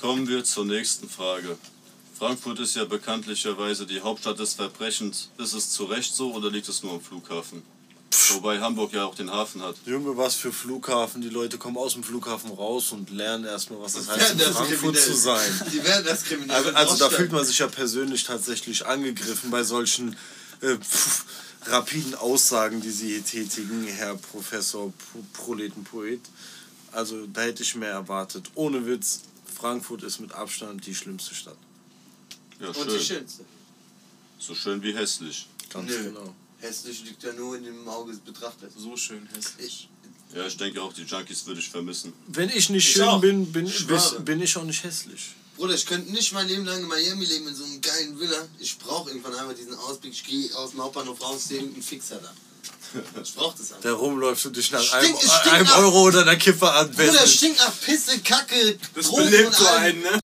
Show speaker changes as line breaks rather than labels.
Kommen wir zur nächsten Frage. Frankfurt ist ja bekanntlicherweise die Hauptstadt des Verbrechens. Ist es zu Recht so oder liegt es nur am Flughafen? Wobei Hamburg ja auch den Hafen hat.
Junge, was für Flughafen. Die Leute kommen aus dem Flughafen raus und lernen erstmal, was das heißt,
werden
in
erst
Frankfurt zu
kriminell.
sein.
Die werden erst kriminell.
Also, also da
Aussteigen.
fühlt man sich ja persönlich tatsächlich angegriffen bei solchen äh, pf, rapiden Aussagen, die Sie hier tätigen, Herr Professor P Proletenpoet. Also da hätte ich mehr erwartet. Ohne Witz, Frankfurt ist mit Abstand die schlimmste Stadt.
Ja,
Und die
schön.
schönste.
So schön wie hässlich.
Ganz
Nö.
genau.
Hässlich liegt ja nur in dem Auge des Betrachters.
So schön hässlich.
Ja, ich denke auch, die Junkies würde ich vermissen.
Wenn ich nicht
Ich
schön
auch.
bin, bin,
Schwabe.
bin ich auch nicht hässlich.
Bruder, ich könnte nicht mein Leben lang in Miami leben in so einem geilen Villa. Ich brauche irgendwann einmal diesen Ausblick. Ich gehe aus dem Hauptbahnhof raus, sehe einen Fixer da. Ich brauche das einfach.
Da rumläufst du dich nach einem,
Stinkt- es stinkt
einem
nach-
Euro oder einer Kippe an.
Bruder,
Wessen.
stinkt nach Pisse, Kacke,
Das
Drogen
belebt
und
so
allem.
einen, ne?